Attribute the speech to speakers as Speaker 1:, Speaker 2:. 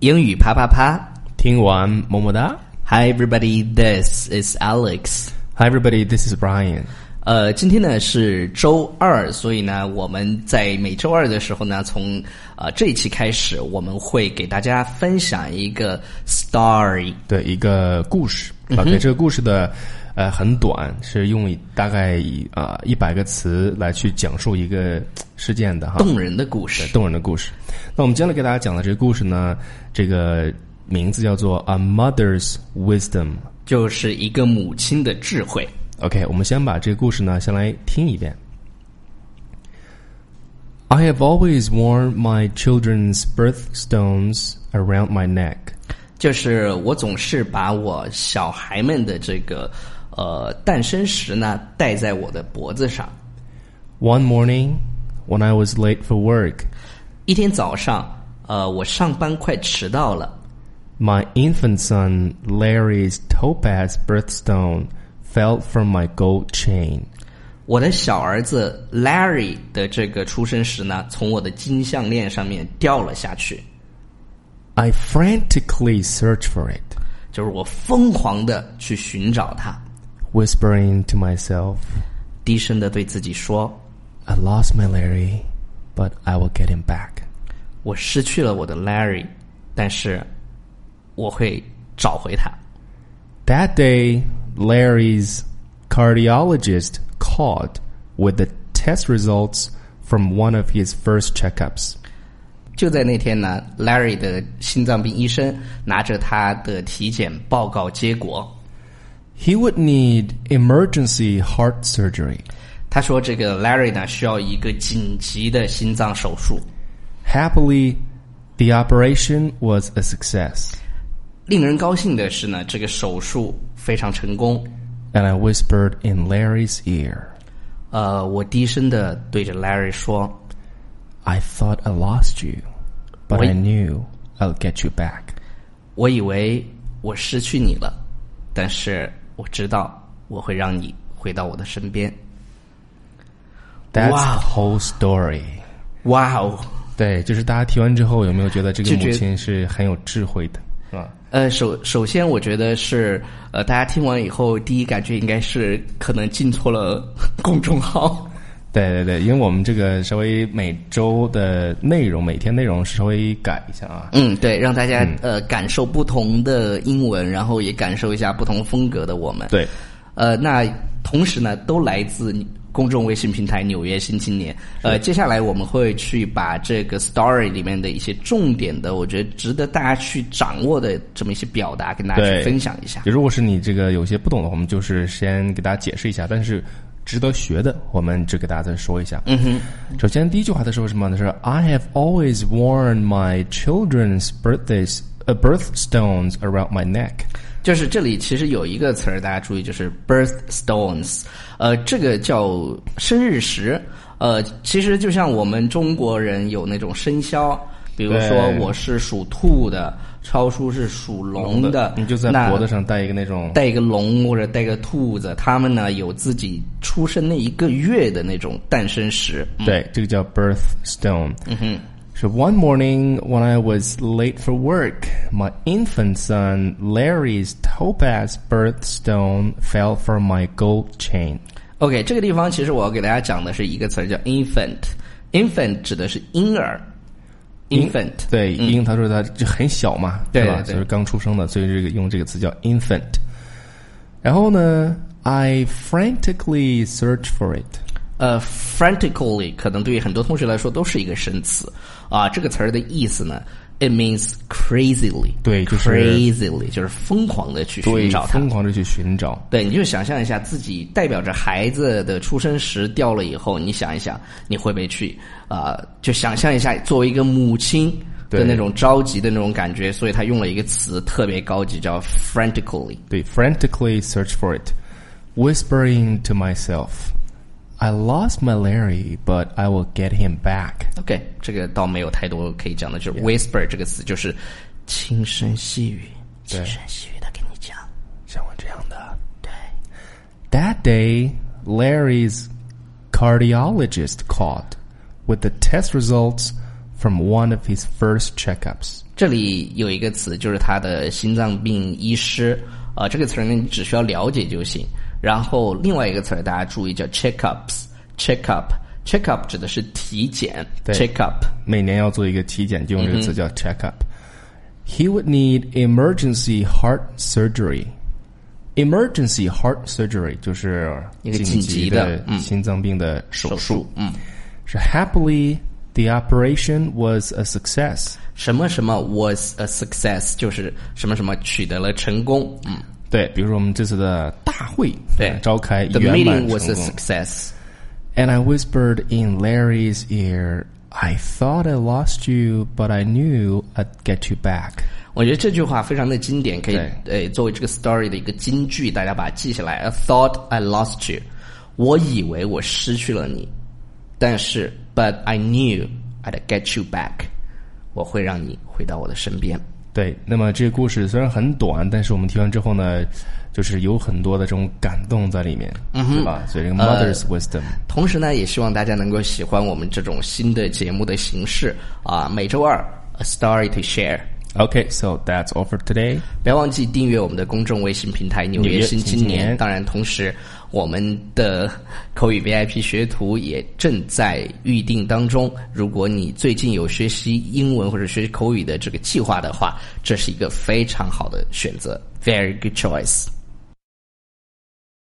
Speaker 1: 英语啪啪啪
Speaker 2: 听完么么哒。
Speaker 1: ！Hi everybody, this is Alex。
Speaker 2: Hi everybody, this is Brian。
Speaker 1: 呃，今天呢是周二，所以呢我们在每周二的时候呢，从呃这一期开始，我们会给大家分享一个 story。
Speaker 2: 的一个故事。OK，、这个故事的呃很短，是用大概以啊一百个词来去讲述一个事件的哈，
Speaker 1: 动人的故事
Speaker 2: 对动人的故事。那我们今天来给大家讲的这个故事呢，这个名字叫做《A Mother's Wisdom》。
Speaker 1: 就是一个母亲的智慧。
Speaker 2: OK，我们先把这个故事呢先来听一遍。I have always worn my children's birthstones around my neck.
Speaker 1: 就是我总是把我小孩们的这个呃诞生石呢戴在我的脖子上。
Speaker 2: One morning, when I was late for work,
Speaker 1: 一天早上，呃，我上班快迟到了，
Speaker 2: My infant son Larry's topaz birthstone fell from my gold chain.
Speaker 1: 我的小儿子 Larry 的这个出生时呢，从我的金项链上面掉了下去。
Speaker 2: I frantically searched for it,
Speaker 1: 就是我疯狂的去寻找他，
Speaker 2: whispering to myself,
Speaker 1: 低声的对自己说
Speaker 2: I lost my Larry, but I will get him back.：“
Speaker 1: 我失去了我的 Larry，但是我会找回他。”
Speaker 2: That day, Larry's cardiologist called with the test results from one of his first checkups.
Speaker 1: 就在那天呢，Larry 的心脏病医生拿着他的体检报告结果，
Speaker 2: He would need emergency heart surgery.
Speaker 1: 他说这个 Larry 呢需要一个紧急的心脏手术。
Speaker 2: Happily, the operation was a success,
Speaker 1: 令人高兴的是呢，这个手术非常成功。
Speaker 2: and I whispered in Larry's ear,
Speaker 1: 呃，我低声的对着 Larry 说
Speaker 2: I thought I lost you, but I
Speaker 1: Wait.
Speaker 2: knew I'll get you back.：“
Speaker 1: 我以为我失去你了，但是我知道我会让你回到我的身边。
Speaker 2: That's
Speaker 1: Wow.
Speaker 2: the whole story. ”
Speaker 1: 哇哦！
Speaker 2: 对，就是大家提完之后，有没有觉得这个
Speaker 1: 就
Speaker 2: 母
Speaker 1: 觉
Speaker 2: 亲是很有智慧的，是吧？
Speaker 1: 呃，首首先，我觉得是呃，大家听完以后，第一感觉应该是可能进错了公众号。
Speaker 2: 对对对，因为我们这个稍微每周的内容，每天内容稍微改一下啊。
Speaker 1: 嗯，对，让大家、呃感受不同的英文，然后也感受一下不同风格的我们。，
Speaker 2: 对，
Speaker 1: 呃，那同时呢，都来自公众微信平台《纽约新青年》。呃，接下来我们会去把这个 story 里面的一些重点的，我觉得值得大家去掌握的这么一些表达，跟大家
Speaker 2: 对
Speaker 1: 去分享一下。
Speaker 2: 就如果是你这个有些不懂的，我们就是先给大家解释一下，但是值得学的，我们就给大家再说一下。嗯哼，首先第一句话他说什么呢？是 I have always worn my children's birthdays, uh, birthstones around my neck。
Speaker 1: 就是这里其实有一个词儿，大家注意，就是 birthstones，呃，这个叫生日石，呃，其实就像我们中国人有那种生肖，比如说
Speaker 2: 对
Speaker 1: 我是属兔的，超叔是属龙的，
Speaker 2: 你就在
Speaker 1: 那
Speaker 2: 脖子上戴一个那种，
Speaker 1: 带一个龙或者带个兔子，他们呢有自己出生那一个月的那种诞生石，嗯
Speaker 2: 对，这个叫 birthstone。嗯哼。So one morning when I was late for work, my infant son Larry's topaz birthstone fell from my gold chain.
Speaker 1: OK，这个地方其实我要给大家讲的是一个词儿叫 infant，infant 指的是婴儿，infant。
Speaker 2: 对，因为他说他就很小嘛，
Speaker 1: 对
Speaker 2: 吧？
Speaker 1: 对
Speaker 2: 就是刚出生的，所以这个用这个词叫 infant。然后呢，I frantically search for it。
Speaker 1: 呃，frantically 可能对于很多同学来说都是一个生词啊。这个词儿的意思呢，it means crazily，
Speaker 2: 对就是
Speaker 1: crazily 就是疯狂的去
Speaker 2: 对
Speaker 1: 寻找，它
Speaker 2: 疯。狂的去寻找。
Speaker 1: 对，你就想象一下自己代表着孩子的出生时掉了以后，你想一想你会不会去啊、呃就想象一下作为一个母亲
Speaker 2: 对
Speaker 1: 的那种着急的那种感觉，所以他用了一个词特别高级，叫 frantically。
Speaker 2: 对，frantically search for it, whispering to myself, "I lost my Larry, but I will get him back."
Speaker 1: OK，这个倒没有太多可以讲的，就是 whisper 这个词就是轻声细语，轻声细语的跟你讲。
Speaker 2: 像我这样的。
Speaker 1: 对
Speaker 2: That day, Larry's cardiologist called with the test results from one of his first checkups.
Speaker 1: 这里有一个词，就是他的心脏病医师，呃，这个词儿呢，你只需要了解就行。然后另外一个词儿，大家注意叫 checkups，checkup，checkup 指的是体检
Speaker 2: 对
Speaker 1: ，checkup。
Speaker 2: 每年要做一个体检，就用这个词叫 check up. He would need emergency heart surgery. Emergency heart surgery 就是
Speaker 1: 一个紧急的，嗯。
Speaker 2: 心脏病的手术。
Speaker 1: 嗯。
Speaker 2: So happily, the operation was a success.
Speaker 1: 什么什么 was a success，就是什么什么取得了成功。嗯，
Speaker 2: 对，比如说我们这次的大会，
Speaker 1: 对。
Speaker 2: 呃，召开
Speaker 1: The
Speaker 2: 圆满
Speaker 1: meeting was a
Speaker 2: 成功。
Speaker 1: success.
Speaker 2: And I whispered in Larry's ear, "I thought I lost you, but I knew I'd get you back."
Speaker 1: 我觉得这句话非常的经典，可以呃作为这个 story 的一个金句，大家把它记下来。I thought I lost you，我以为我失去了你，但是 but I knew I'd get you back，我会让你回到我的身边。
Speaker 2: 对，那么这个故事虽然很短，但是我们听完之后呢，就是有很多的这种感动在里面，对吧？所以这个 mother's wisdom，、
Speaker 1: 同时呢，也希望大家能够喜欢我们这种新的节目的形式啊，每周二 A Story to Share。
Speaker 2: Okay, so that's all for today.
Speaker 1: 不要忘记订阅我们的公众微信平台《纽
Speaker 2: 纽约
Speaker 1: 约新
Speaker 2: 新
Speaker 1: 青
Speaker 2: 青
Speaker 1: 年》。
Speaker 2: 年
Speaker 1: 当然，同时我们的口语 VIP 学徒也正在预定当中。如果你最近有学习英文或者学习口语的这个计划的话，这是一个非常好的选择，very good choice。